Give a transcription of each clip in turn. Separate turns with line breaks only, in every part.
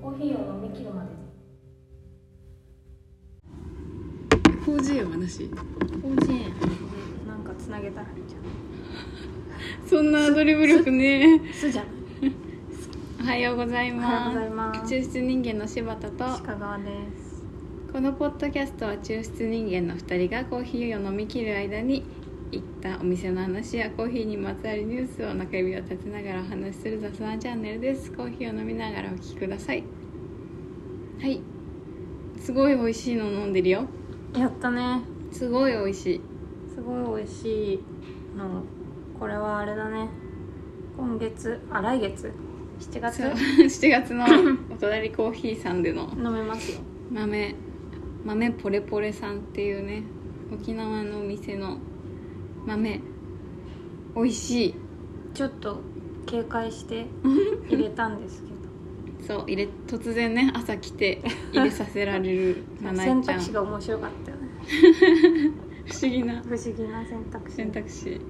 コーヒーを飲み切るまで
広辞苑はなし
甲子園なんかつなげたらいいじゃん
そんなアドリブ力ね
すじゃん
おはようござい
おはようご
ま
ざいますす
抽出人間の柴田と
鹿川です
このポッドキャストは抽出人間の2人がコーヒーを飲み切る間に行ったお店の話やコーヒーにまつわるニュースを中指を立てながらお話しする雑談チャンネルですコーヒーを飲みながらお聞きくださいはいすごい美味しいの飲んでるよ
やったね
すごい美味しい
すごい美味しいのこれはあれだね今月あ来月7月
そう7月のお隣コーヒーさんでの
飲めますよ
豆豆ポレポレさんっていうね沖縄のお店の豆美味しい
ちょっと警戒 して入れたんですけど
そう入れ突然ね朝来て入れさせら れるまな
選
えちゃ
択
ん
肢
不
が面白かったよね
思議な
不思議な選択肢
選択肢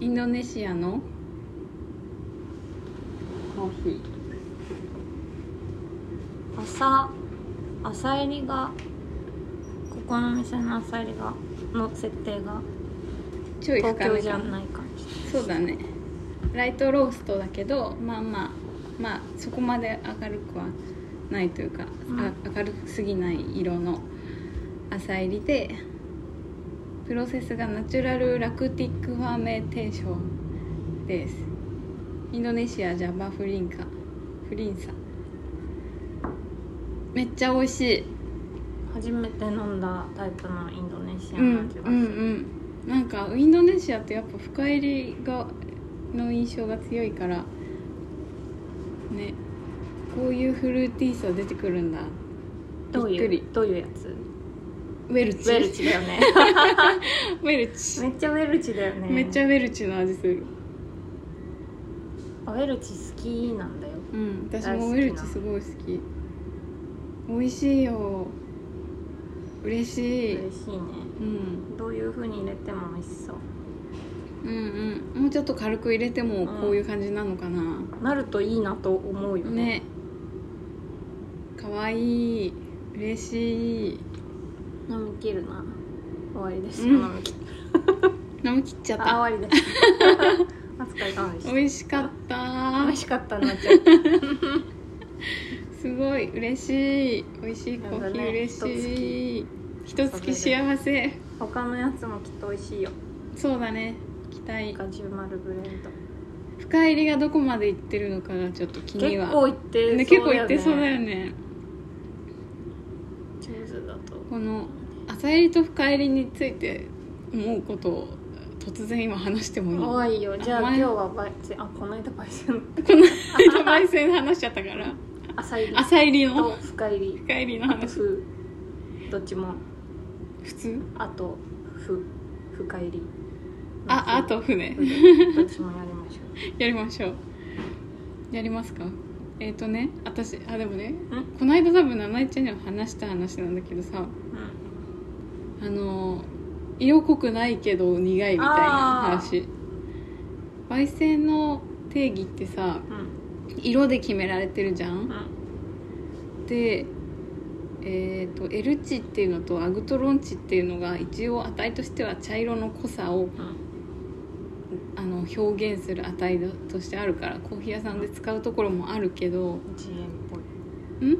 インドネシアのコーヒー
朝朝入りがここの店の朝入りがの設定が
ちょい深
東京
め
じゃ
かな
ない感じ
そうだねライトローストだけどまあまあまあそこまで明るくはないというか、
うん
あ明るすぎない色の朝入りでプロセスがナチュラルラクティックファーメンテーションですインドネシアジャバフリンカフリンサめっちゃ美味しい
初めて飲んだタイプのインドネシア
うん
の味がする、
うんうんなんかインドネシアってやっぱ深入りがの印象が強いからねこういうフルーティーさ出てくるんだ
どう
びっく
い
り
うどういう やつ
ウェル
ウ
チ
ェルチだよね
ウェルチ
めっちゃウェルチだよね
めっち
ゃ
ゃウェルチの味する
ウェルチ好きなんだよ
うん私
大好き
もウ
な
ェルチすごい好き美味しいよ嬉しい、
嬉しいね
うん、
どういう風に入れても美味しそう
うんうんもうちょっと軽く入れてもこういう感じなのかな、
なるといいなと思うよね
ねかわいい嬉しい
飲み切るな終わりです、
うん
飲み切っ
飲み切っちゃった
あ
た
終わり ですお疲れ様でした
美味しかった
美味しかったなっちゃった
すごい嬉しい美味しいコーヒー嬉しいひとつき幸せ
他のやつもきっと美味しいよ
そうだね期待
ガジュマルブレンド
深入りがどこまでいってるのかがちょっと気には
結構いって
ね
そう
結
だよ
構い
ね
ってそうだよね
上手だと
この朝入りと深入りについて思うことを突然今話してもいい
可愛いよじゃあ
甘
今
い
日はバイあこの間バイセン
焙煎話しちゃったから
朝入り
朝入り
と
の
深入り
深入りの
あと
話
風どっちも
普通
あとふ深入り
ああと船
ふでどっちもやりましょ
やりましょうやりますかえっ、とね私あでもね
ううん
この間多分七井ちゃんにも話した話なんだけどさあのー色濃くないけど苦いみたいな話焙煎の定義ってさ
うん
色で決められてるじゃ
うんん
でえー、と L 値っていうのとアグトロン値っていうのが一応値としては茶色の濃さ
う
を
ん
あの表現する値としてあるからコーヒー屋さんで使うところもあるけど
自演っぽい
ん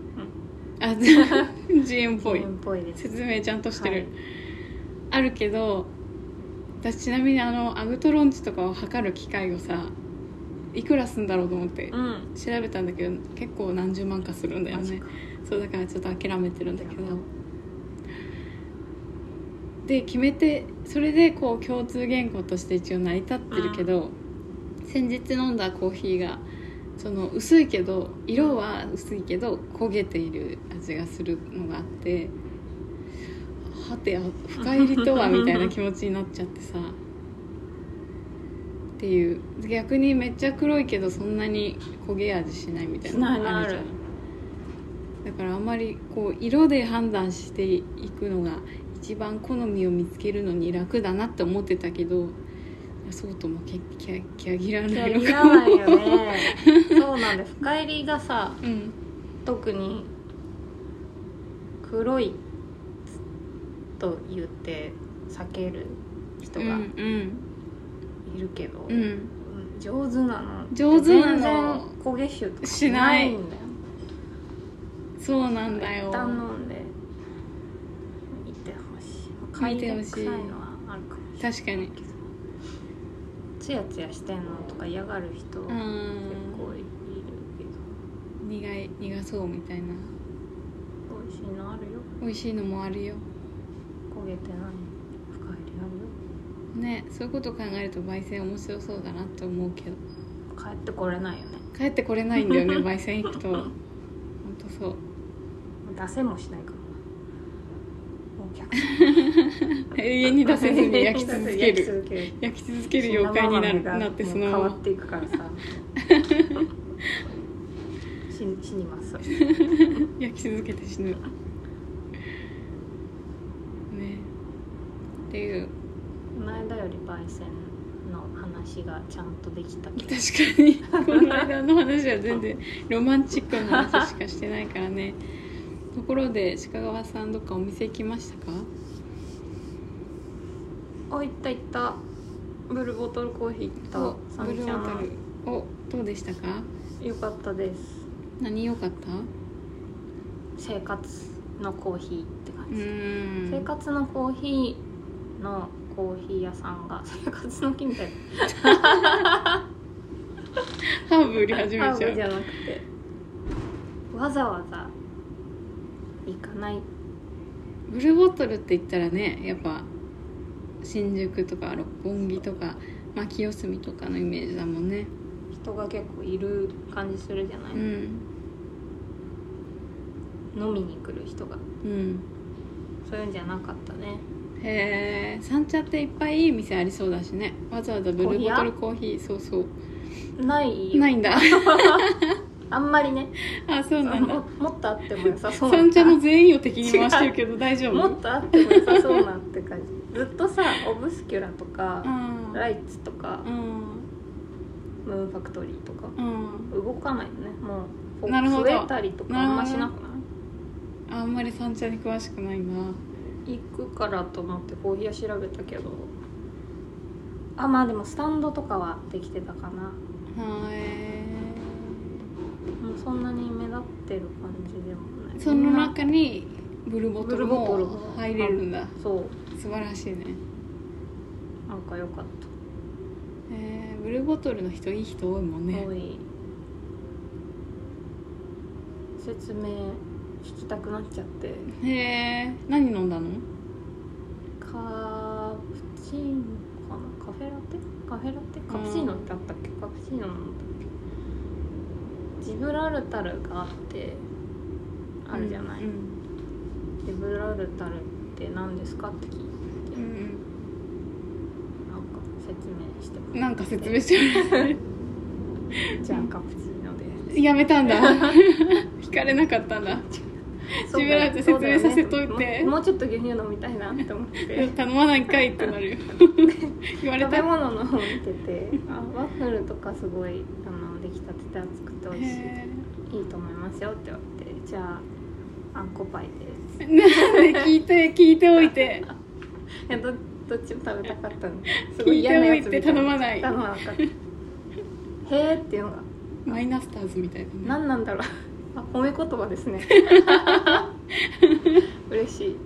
あ GM っぽ
自
い
演っぽいです
説明ちゃんとしてる、
はい
あるけど私ちなみにあのアグトロンチとかを測る機械をさいくらすんだろうと思って
うん
調べたんだけど結構何十万かするんだよ
マジ
ね
か
そうだからちょっと諦めてるんだけどで決めてそれでこう共通言語として一応成り立ってるけど、先日飲んだコーヒーがその薄いけど色は薄いけど焦げている味がするのがあってはてあ深入りとはみたいな気持ちになっちゃってさっていう逆にめっちゃ黒いけどそんなに焦げ味しないみたいな
し
の
ないのある
じゃんだからあまりこう色で判断していくのが一番好みを見つけるのに楽だなって思ってたけどそうともけきゃきゃぎら
いや
ないの
い
から
ないよねそうなんで深入りがさ
うん
特に黒いと言って避ける人
うん
が
うん
いるけど、
うん
上手なの
上手なの
全然焦げ臭とか
しない
んだよ
そうなんだ
一
よ
旦飲んで見てほしい嗅いで臭いのはあるかもしれない
確かに
けどツヤツヤしてんのとか嫌がる人
う
結
ん
構いるけど
苦い苦そうみたいな
美味しいのあるよ
美味しいのもあるよ
焦げてない深入りあるよ
ねそういうこと考えると焙煎面白そうだなって思うけど
帰ってこれないよね
帰ってこれないんだよね焙煎行くと本当そう
出せもしないかもお 客さん
永遠に出せずに焼き続け
焼き
る
続ける
焼き続ける妖怪になるなってその
変
ま
わ
ま
っていくからさ 死に死にますそれ
焼き続けて死ぬねっていう
前だより焙煎の話がちゃんとできたけど
確かにこの間の話は全然ロマンチックな話しかしてないからねところで鹿川さんどっかお店行きましたか
あいったいったブルボトルコーヒー行ったサ
ブ
ン
ル
キ
ー
ャ
ボトル
ン
おどうでしたか
よかったです
何良かったう
生活のコーヒーって感じ、
ーん
生活のコーヒーのコーヒー屋さんが 生活の木みたい
ハーブ売り始め
な
ちゃ
ハーブじ
う
ゃなくてわざわざ行かない
ブルーボトルって言ったらねやっぱ新宿とか六本木とか、まあ、清澄とかのイメージだもんね
人が結構いる感じするじゃない、
うん
飲みに来る人が
うん
そういうんじゃなかったね
へえ三茶っていっぱいいい店ありそうだしねわざわざブルーボトルコーヒーそうそう
ないよ
ないんだ
あんまりね
あそうなん
も
だ
もっとあっても良さそうな
三茶の全員を敵に回してるけど大丈夫
もっとあっても良さそうなって感じずっとさオブスキュラとか
うん
ライツとか
うん
ムーンファクトリーとか
うん
動かないよねもう
なるほど
増えたりとかあんましなくない
あんまり三茶に詳しくないな
行くからと思ってコーヒー屋調べたけどあまあでもスタンドとかはできてたかな
はえ
もうそんなに目立ってる感じでもない
その中にブルーボ
ブ
トル
ルーボト
も
ルも
入れるんだ
そう
素晴らしいね
なんか良かった
へえブルーボトルの人いい人多いもんね
多い説明聞きたくなっちゃって
へえ何飲んだの
カプチーノかなカフェラテカフェラテカプチーノってあったっけカプチーノなんだっけジブラルタルがあってあるじゃない、
うん
ジブラルタルって何ですかって聞いて
うんうん
なんか説明してもらって
なんか説明してもらえ
じゃあカプチーノで
やめたんだ 聞かれなかったんだ
そうだよ
自分らで説明させといて
そうだよねもうもうちょっと牛乳飲みたいなって思 って
頼まないんかいってなるよ 言われ
食べ
た
物の方見ててあワッフルとかすごいあの出来たてで熱くて美味し
へ
いいいと思いますよって言われてじゃああんこパイです
ーなんで聞いて聞いておいて
いやどどっちも食べたかったのす
聞いておいて
み
頼まない
頼まなかったへえっていうのが
マイナスターズみたいな、ね、
何なんだろうあ褒め言葉ですね 嬉しい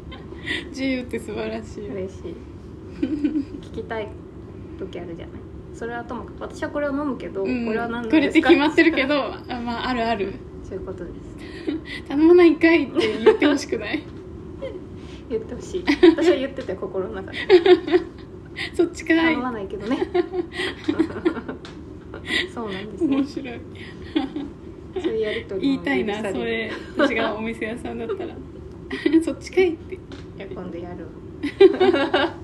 自由って素晴らしいよ
嬉しい聞きたい時あるじゃないそれはともかく私はこれを飲むけど、
うん
これは何なん
これ
で
っ
す
て
か
決まってるけどあまああるある
そういうことです
頼まないんかいって言ってほし くない
言ってほしい私は言ってて心の中で
そっちかい
頼まないけどね そうなんですね
面白い
そういうやりとり
言い
も
たいな
許
そ
され
れ私がお店屋さんだったら そっちかいって
いや今度やるわ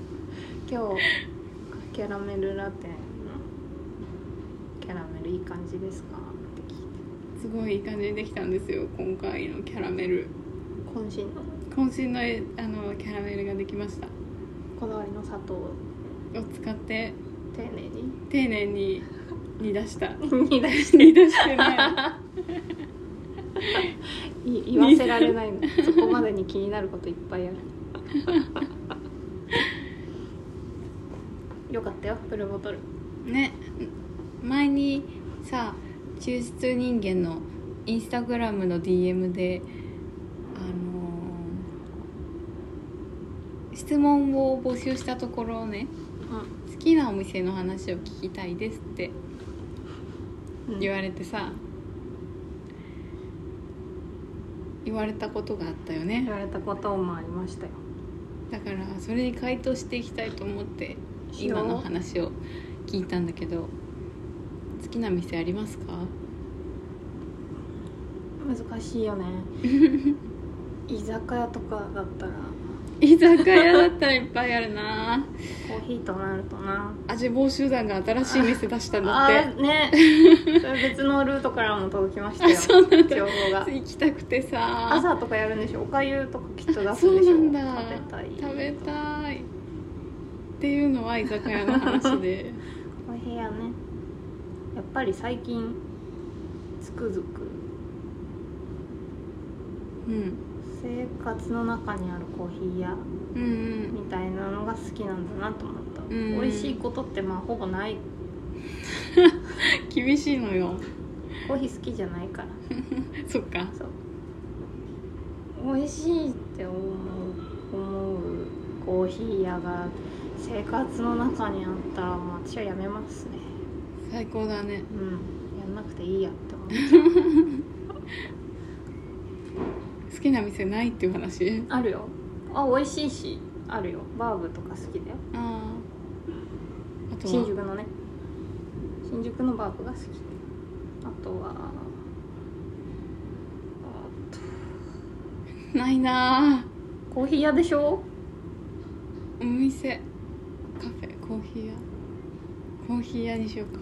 今日キャラメルラテのキャラメルいい感じですかって聞いて
素すごいいい感じにできたんですよ今回のキャラメル
渾身の
渾身のえあのキャラメルができました
こだわりの砂糖を
を使って
丁寧に
丁寧に煮出した
煮出し
煮出してない
い言わせられないのそこまでに気になることいっぱいある よかったよブルーボトル
ね前にさ抽出人間のインスタグラムの DM であのー質問を募集したところね好きなお店の話を聞きたいですって
うん
言われてさ、言われたことがあったよね
言われたこともありましたよ
だからそれに回答していきたいと思って今の話を聞いたんだけど好きな店ありますか
難しい よね居酒屋とかだったら
居酒屋だったらいっぱいあるな
コーヒーとなるとな
味棒集団が新しい店出したんだ
あ
っ
ーねそれ別のルートからも届きましたよ
あ そうなんだ
情報が
て行きたくてさ
朝とかやるんでしょおかゆとかきっと出
そ
すでしょ
うなんだ
食べたい
食べたいっていうのは居酒屋の話 で
お部屋ねやっぱり最近つくづく
うん
生活の中にあるコーヒー屋
うんうん
みたいなのが好きなんだなと思った、
ん
美味しいことってまあほぼない
厳しいのよ
コーヒー好きじゃないから
そっか
そう美味しいって思う思うコーヒー屋が生活の中にあったらもう私はやめますね
最高だね
うんやんなくていいやって思う
好きな店ないっていう話
あるよあ美味しいしあるよバーブとか好きだよ
あああとは
新宿のね新宿のバーブが好きあとはあと
ないなあ
コーヒー屋でしょ
お店カフェコーヒー屋コーヒー屋にしようか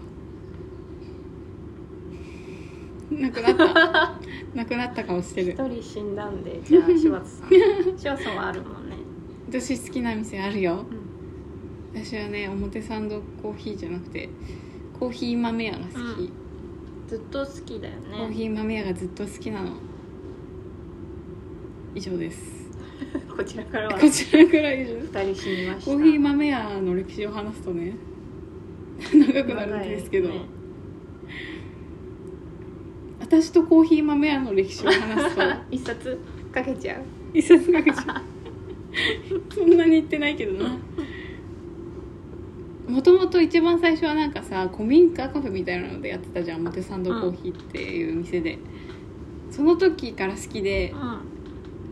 なくなったなくなった顔して
一
る
人死んだんでじゃあ柴田 さん柴田さんはあるもんね、
私好きな店あるよ
うん、
私はね表参道コーヒーじゃなくてコーヒー豆屋が好き、
うんずっと好きだよね
コーヒー豆屋がずっと好きなの以上です
こちらからは
こちらくらい以上です
二人死にました
コーヒー豆屋の歴史を話す とね長くなるんですけど、
長いね
私とコーヒー豆屋の歴史を 話すと
一冊かけちゃう
一冊書けちゃう そんなに言ってないけどなもともと一番最初はなんかさ古民家カフェみたいなのでやってたじゃん表参道コーヒーっていう店で、その時から好きで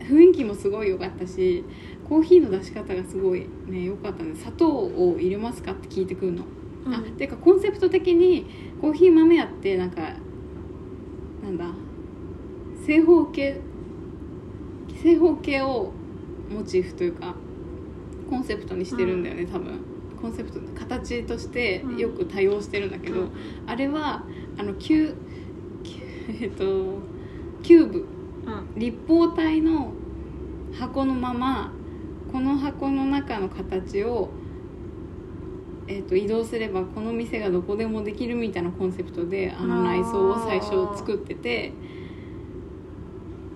うん
雰囲気もすごい良かったしコーヒーの出し方がすごいね良かったんで砂糖を入れますかって聞いてくるの、
うん
あてかコンセプト的にコーヒー豆屋ってなんかなんだ正方形正方形をモチーフというかコンセプトにしてるんだよね、多分コンセプト形としてよく多用してるんだけど、
うん
あれはあのキュキュえっとキューブ
うん
立方体の箱のままこの箱の中の形を、えー、と移動すればこの店がどこでもできるみたいなコンセプトであの
あー
内装を最初作ってて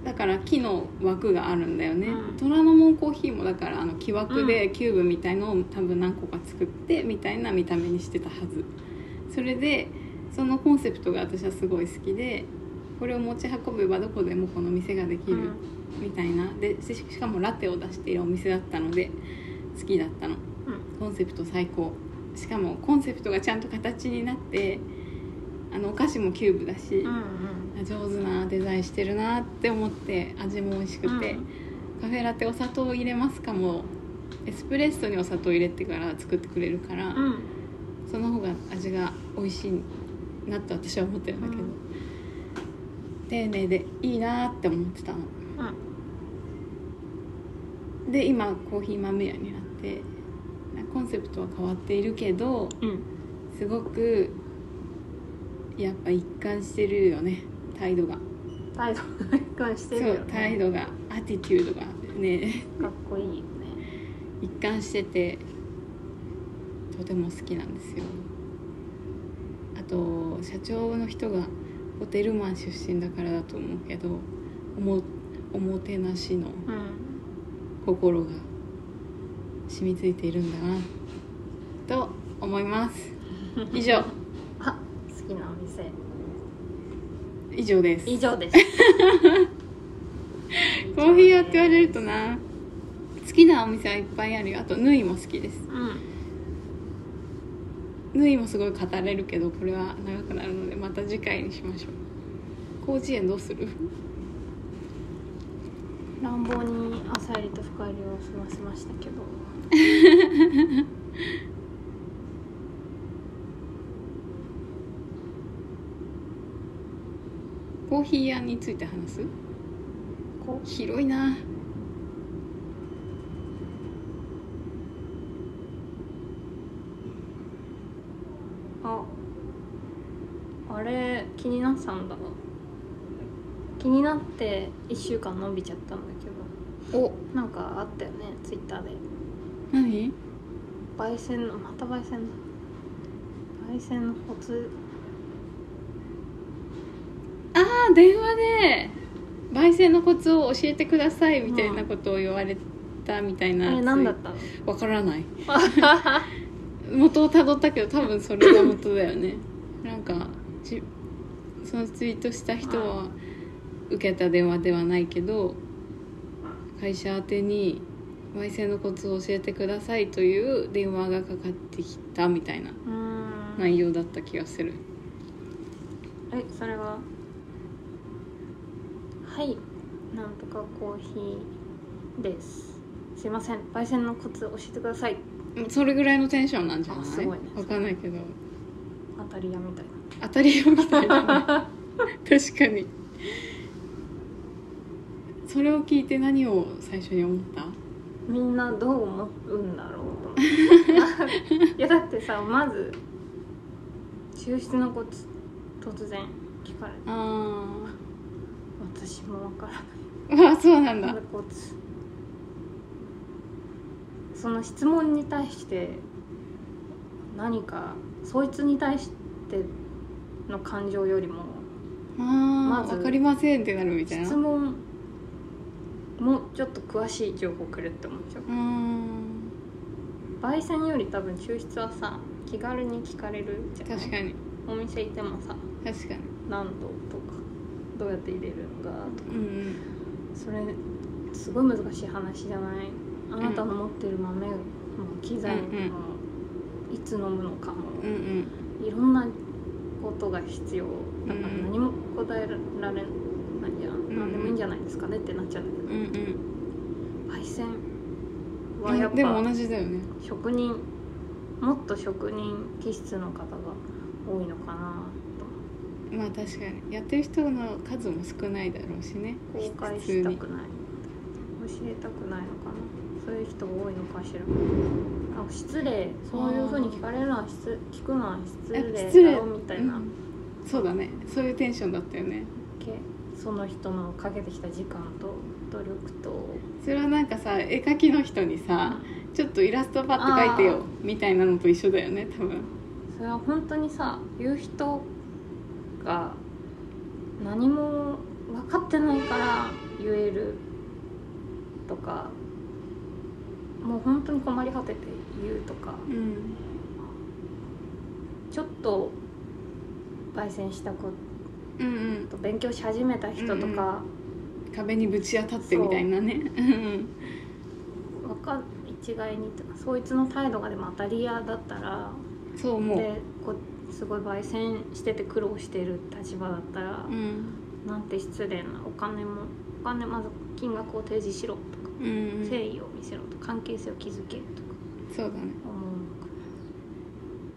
だから木の枠があるんだよね、
うん
虎ノ門コーヒーもだからあの木枠でキューブみたいのを多分何個か作ってみたいな見た目にしてたはずそれでそのコンセプトが私はすごい好きでこれを持ち運べばどこでもこの店ができ
う
る
ん
みたいなでししかもラテを出しているお店だったので好きだったの
うん
コンセプト最高しかもコンセプトがちゃんと形になってあのお菓子もキューブだし、
うん
あ上手なデザインしてるなって思って味も美味し
うん
くて、カフェラテお砂糖入れますかもエスプレッソにお砂糖入れてから作ってくれるから、
うん
その方が味が美味しいなと私は思ってるんだけど、
うん
丁寧でいいなって思ってたの
うん
で今コーヒー豆屋になってコンセプトは変わっているけど
うん
すごくやっぱ一貫してるよね態度が
態度が一貫し
そ
てるよね
う態度がアティテュードがね
かっこいいよね
一貫しててとても好きなんですよあと社長の人がホテルマン出身だからだと思うけどおもおもてなしの
うん
心が染みついているんだなと思います以 上
あ好きなお店
以上です
以上です
コーヒー屋って言われるとな好きなお店はいっぱいあるよあと縫いも好きです
うん
縫いもすごい語れるけどこれは長くなるのでまた次回にしましょう広辞苑どうする
乱暴に朝入りと深入りを済ませましたけど
コーヒー屋について話す
こう
広いな
ああれ気になってたんだ気になって1週間伸びちゃったんだけど
お
なんかあったよねツイッターで
何
焙煎のまた焙煎の焙煎のコツ
ああ電話で焙煎のコツを教えてくださいみたいなことを言われたみたい
あ
な
れ何だったの
わから ない元をたどったけど多分それが元だよね なんかじそのツイートした人
は
は受けた電話ではないけど会社宛てに焙煎のコツを教えてくださいという電話がかかってきたみたいな
うーん
内容だった気がする
えそれははいなんとかコーヒーですすいません焙煎のコツ教えてください
それぐらいのテンションなんじゃない
あすごいね
わかんないけど
当たり屋みたいな
当たり屋みたいな、 確かにそれを聞いて何を最初に思った
みんなどう思うんだろうと思って いやだってさまず抽出のコツ突然聞かれて
あ
私もわからない
あそうなんだ
コツその質問に対して何かそいつに対しての感情よりも
あー、
まず
わかりませんってなるみたいな
質問もちょっと詳しい情報くれって思っちゃう
うーん
焙煎より多分抽出はさ気軽に聞かれるじゃない
確かに
お店行ってもさ
確かに
何度とかどうやって入れるのかとか
うんうん
それすごい難しい話じゃないあなたの持ってる豆も機材も、
うん
いつ飲むのかも、
うんうん
いろんなことが必要だから
うん
何も答えられないじゃん、
ん
何でもいいんじゃないですかねってなっちゃうんだ
うんうん
けど焙煎はや
で
っ
もでも
ぱ
同じだよね
職人もっと職人気質の方が多いのかな
まあ確かにやってる人の数も少ないだろうしね
と公開
普通
した
に
くない教えたくないのかなそういう人が多いのかしらあ失礼そういうふうに聞かれるのは失聞くのは失
やっ
礼
ぱ
だ
失礼
よみたいな、
うんそうだねそういうテンションだったよね
けその人のかけてきた時間と努力と
それはなんかさ絵描きの人にさちょっとイラストパッて描いて
あ
よみたいなのと一緒だよね多分
それは本当にさ言う人が何も分かってないから言えるとかもう本当に困り果てて言うとか
うん
ちょっと焙煎したこ
うんうん
と勉強し始めた人とか,、
壁にぶち当たってみたいなねうん
わか一概にとかそいつの態度がでも当たり屋だったら
うんそう思う
でこすごい焙煎してて苦労してる立場だったら。
うん
なんて失礼なお金もお金まず金額を提示しろとか、
うんうん
誠意を見せろとか関係性を築けとか
そうだね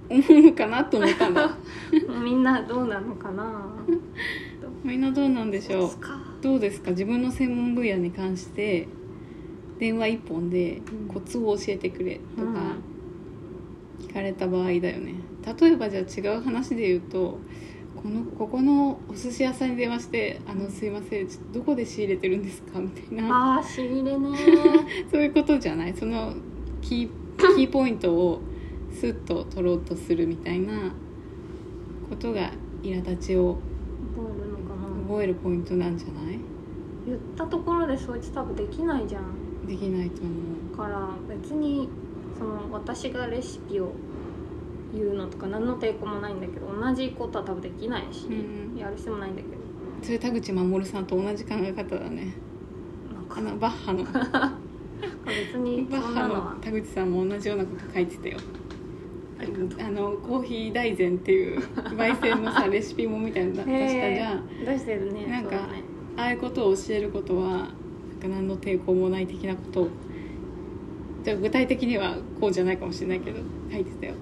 思
思うのかなと思ったん だ
うのかみんなどうなのかな
みんなどうなんでし
ど
ょ
う
う
すか
どうですか自分の専門分野に関して電話一本でコツを教えてくれと
うん
か聞かれた場合だよね例えばじゃあ違う話で言うとこのここのお寿司屋さんに電話して「あのすいませんちょっとどこで仕入れてるんですか?」みたいな
あーしびれね
そういうことじゃないそのキ ーキーポイントをスッと取ろうとするみたいなことが苛立ちを
覚えるのかな
覚えるポイントなんじゃない
言ったところでそいつ多分できないじゃん
できないと思
だから別にその私がレシピを言うのとか何の抵抗もないんだけど同じことは多分できないし、
うんうん
やる必要もないんだけど
うそれ田口守さんと同じ考え方だね
なん
あ
か
のバ ッハのバ
別 にそ
ッ
ん
ハ
なのは
の田口さんも同じようなこと書いてたよ
ありがとう
あのコーヒー大膳っていう焙煎のさレシピもみたいなの出したじゃん
出してるね
なんか
そうだね
ああいうことを教えることはなんか何の抵抗もない的なことをじゃあ具体的にはこうじゃないかもしれないけど書いてたよ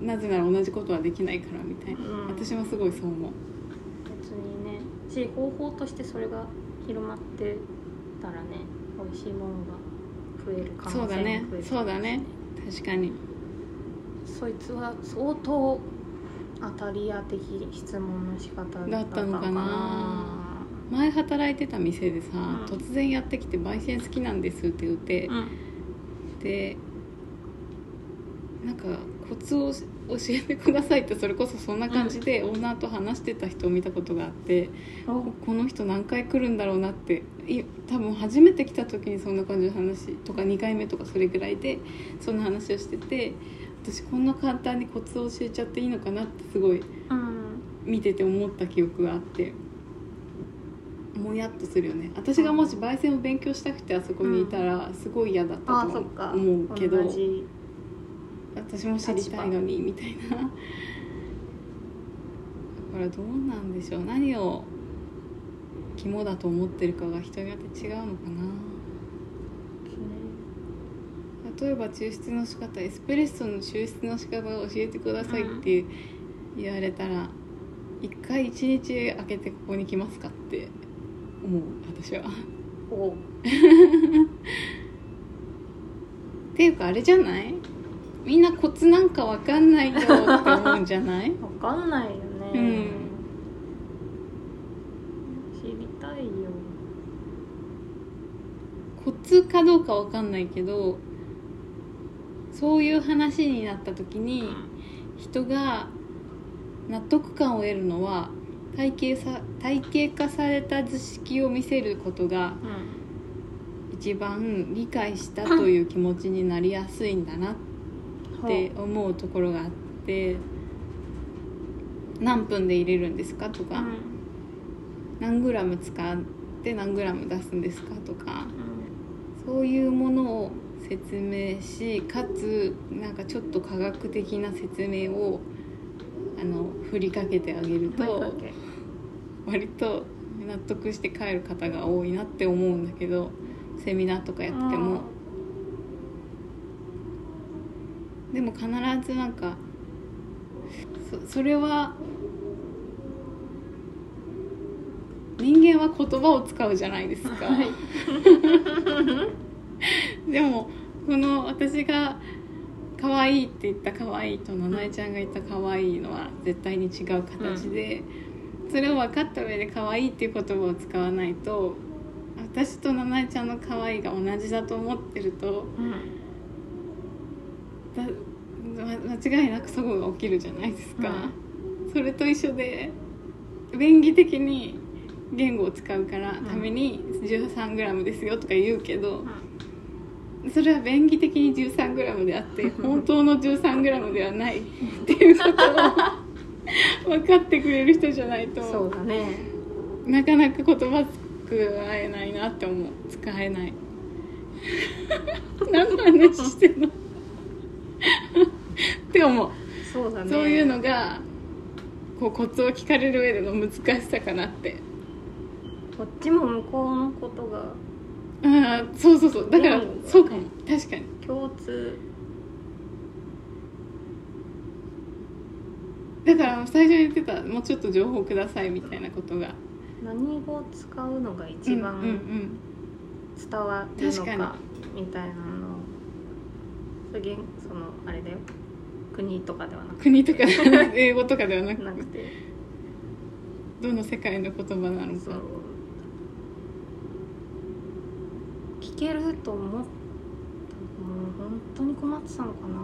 なぜなら同じことはできないからみたいな、
うん
私もすごいそう思う
別にねし方法としてそれが広まってたらね美味しいものが増える可能性
そ
も
うだ
増え
ね
る
そうだね確かに
そいつは相当当たり屋的質問の仕方だったのか
だったのか
な
な前働いてた店でさ、
ん
突然やってきて「焙煎好きなんです」って言って、
うん
でなんかコツを教えてくださいってそれこそそんな感じでオーナーと話してた人を見たことがあって、ここの人何回来るんだろうなってい多分初めて来た時にそんな感じの話とか2回目とかそれぐらいでそんな話をしてて私こんな簡単にコツを教えちゃっていいのかなってすごい
うん
見てて思った記憶があってもやっとするよね私がもし焙煎を勉強したくてあそこにいたらすごい嫌だったと
ああ
思
そうっか
思うけど
同じ
私も知りたいのにみたいなだからどうなんでしょう何を肝だと思ってるかが人によって違うのかな例えば抽出の仕方エスプレッソの抽出の仕方を教えてくださいって言われたら、一回一日空けてここに来ますかって思う私は。
おう
っていうかあれじゃないみんなコツなんかわかんないよって思うんじゃない
わかんないよね、
うん
知りたいよ
コツかどうかわかんないけどそういう話になった時に人が納得感を得るのは体系さ体系化された図式を見せることが
うん
一番理解したという気持ちになりやすいんだなって思うところがあって何分で入れるんですかと
う
か、
ん
何グラム使って何グラム出すんですかとか
うん
そういうものを説明しかつなんかちょっと科学的な説明をあの振りかけてあげる
と
と割と納得して帰る方が多いなって思うんだけどセミナーとかやっても。でも必ずなんかそそれは人間は言葉を使うじゃないですか。 でもこの私が可愛いって言った可愛いとななえちゃんが言った可愛いのは絶対に違う形で、それを分かった上で可愛いっていう言葉を使わないと私とななえちゃんの可愛いが同じだと思ってると
うん
だま間違いなくそごが起きるじゃないですか、それと一緒で便宜的に言語を使うから
ん
ために 13g ですよとか言うけど、
うん
それは便宜的に 13g であって本当の 13g ではない っていうことを分かってくれる人じゃない
そう
と
だね
なかなか言葉使えないなって思う使えない 何の話してんの って思う
そうだね
そういうのがこうコツを聞かれる上での難しさかなって
こっちも向こうのことが
ああそうそうそうだから
うん
そうかも確かに
共通
だから最初に言ってたもうちょっと情報くださいみたいなことが
何語を使うのが一
うんうんう
番
ん
伝わるの
確
か
か
みたいなのをそげんそのあれだよ国とかではなくて
国とか英語とかではなく
なくて
どの世界の言葉なの
そ
か
う聞けると思ったもう本当に困ってたのかな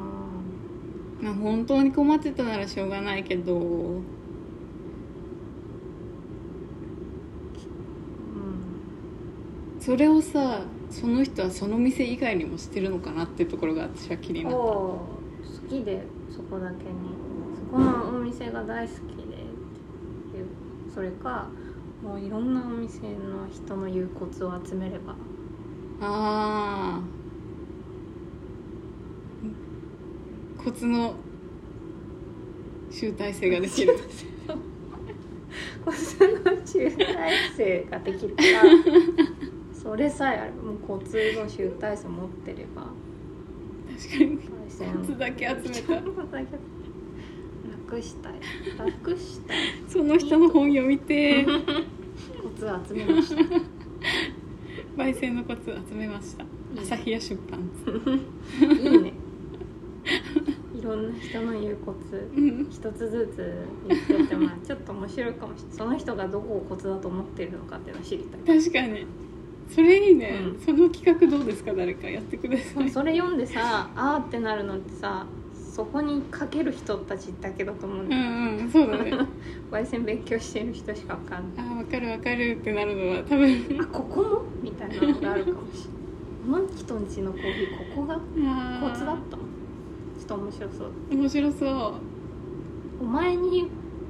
まあ本当に困ってたならしょうがないけど
うん
それをさその人はその店以外にもしてるのかなっていうところが私は気になった
好きでそこだけにそこのお店が大好きでっていうそれかもういろんなお店の人の遺骨を集めれば
ああコツの集大成ができる
この集大成ができた それさえあればもう交通の集大成持ってれば
確かに
対戦
コツだけ集めた
楽したい楽したい
その人の本読み て
コツ集めました
焙煎のコツ集めました
いい
朝日屋出版
いい ねいろんな人の言うコツ
うん
一つずつ言ってってもらうちょっと面白いかもしれないその人がどこをコツだと思ってるのかっていうのを知りたい
確かにそれいいね、
うん
その企画どうですか誰かやってください
それ読んでさあーってなるのってさそこにかける人たちだけだと思う
うんん
だよ
うんそうだね
焙煎勉強してる人しかわかんない
あーわかるわかるってなるのは多分
あここもみたいなのがあるかもしれないこの人んちのコーヒーここが
あ
コツだ
ー
ったのちょっと面白そう
面白そう
お前に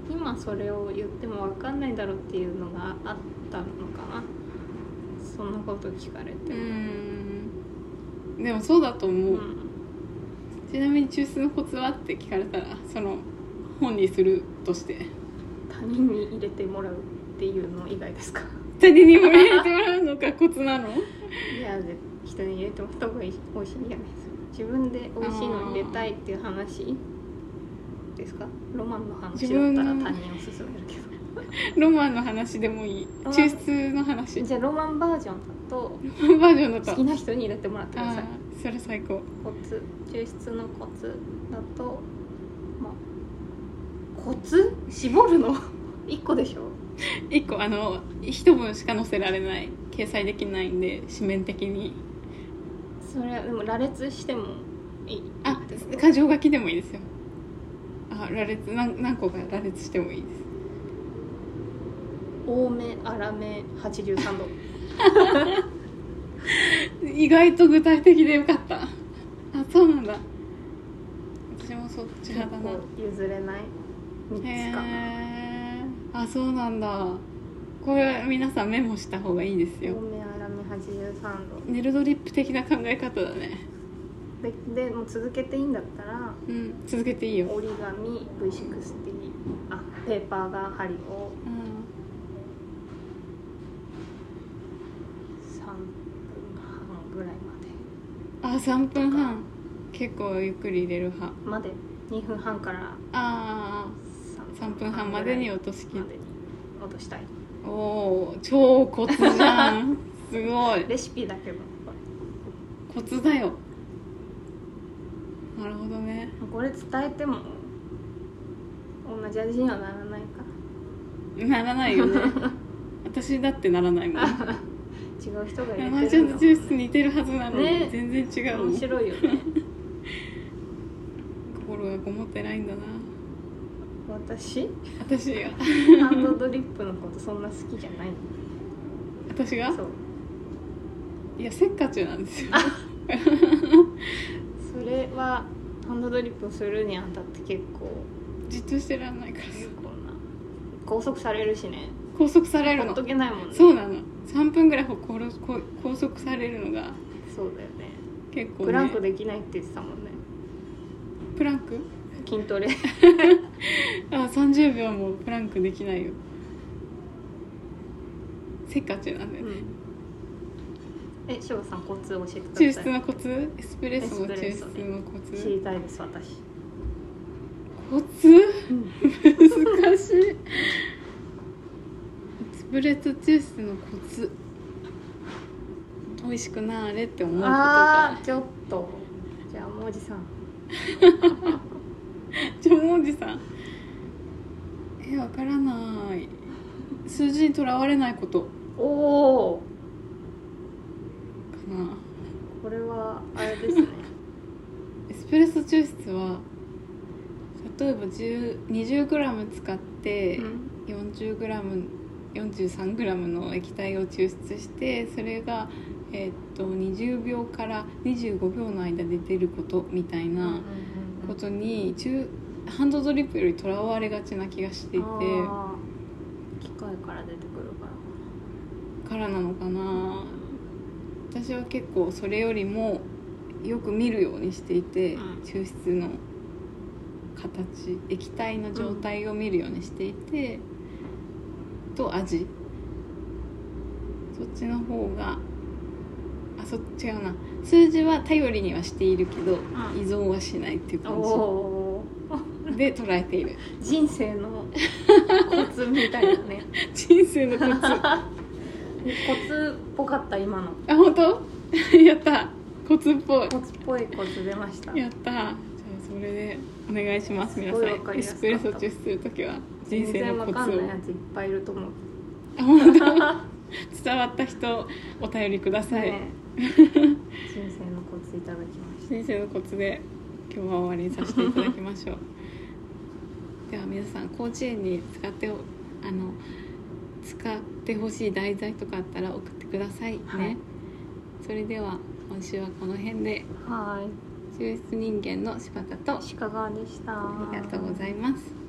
今それを言っても分かんないだろうっていうのがあったのかなそんなこと聞かれ
う
ても
んでもそうだと思
う
う、
ん
ちなみに中枢のコツはって聞かれたらその本にするとして
他人に入れてもらうっていうの以外ですか
他人にも入れてもらう のがコツなの
いやで人に入れてもらった方がいい美味しいんじゃないですか自分で美味しいの入れたいっていう話ですかロマンの話だったら他人を勧めるけど
ロマンの話でもいい
ロマン
中枢の話
じゃあロマンバージョンだと
バージョンだと
好きな人に入れてもらってくださ
あ
い
ーそれ最高
コツ抽出のコツだとまあコツ絞るの 一個でしょ
一個あの一文しか載せられない掲載できないんで紙面的に
それはでも羅列してもいい
あ
ってこと
箇条書きでもいいですよあ羅列何何個か羅列してもいいです
多め粗め83度
意外と具体的でよかったあそうなんだ私もそっち
結
派だな
構譲れない3つかな
へえあそうなんだこれ皆さんメモした方がいいです
多
よ
め粗め83度
ネルドリップ的な考え方だね
ででもう続けていいんだったら
うん続けていいよ、
折り紙 V60 あペーパーが針を
うん、
3分半ぐらいまで
あ3分半結構ゆっくり入れる派
まで2分半から
ああ3分半までに
落
落としき
ま
る
でに落としたい
おおー超コツじゃんすごい
レシピだけどこ
コツだよなるほどね
れこれ伝えても同じ味にはならないから
ならない よね私だってならないもん
違う人が
マ
入
ー
れ
ジ
て
ャ
る
ン
の
とジュース似てるはずなのに、
ね
全然違うもん
面白いよね
心がこもってないんだな
私
私が
ハンドドリップのことそんな好きじゃないの
私が
そう
いやせっかちなんですよ
それはハンドドリップをするにあたって結構
じっとしてらんないからさ
有効な拘束されるしね
拘束される
ほっ
の
とけないもんね
そうなの3分ぐらい拘拘拘束されるのが
そうだよね
結構、ね、
ブランクできないって言ってたもんね
プランク
筋トレ
あ30秒もプランクできないよせっかちなんだよね、
え、しょうさんコツ教えてください。
抽出のコツエスプレッソの抽出のコ
知り
ツ
たいです私。
コツ
うん、
難しいスプレッド抽出のコツ美味しくなあれって思うこと
あ
が
あ、ちょっとじゃあもうおじさん。
ジョモおじさんえわからない数字にとらわれないことか
おお
な
これはあれですね
エスプレッソ抽出は例えば10 20g 使って
うん、
40g43g の液体を抽出してそれが、えーっと20秒から25秒の間で出ることみたいなことに中ハンドドリップよりとらわれがちな気がしていて
あー機械から出てくるから
からなのかな私は結構それよりもよく見るようにしていて、
うん
抽出の形液体の状態を見るようにしていて、と味そっちの方があそっち違うな数字は頼りにはしているけど、依存はしないっていう
お
感
お
じで捉えている
ー人生のコツみたいなね
人生のコツあ
コツっぽかった今の
本当 やったコツっぽい
コツっぽいコツ出ました
やったじゃあそれでお願いします皆さ
すごいわか
ん
り
エ
やす
ス
かった
プレッソ抽出する時は人
全
生
然
の
わ
コツを
かんないやついっぱいいると思う
あ本当 伝わった人お便りください、
ね人生のコツいただきまし
人生のコツで今日は終わりにさせていただきましょう では皆さん甲子園に使ってほあの使ってほしい題材とかあったら送ってくださいね、
はい
それでは今週はこの辺で
たは
抽出人間の柴田と
い鹿川でした
ありがとうございます。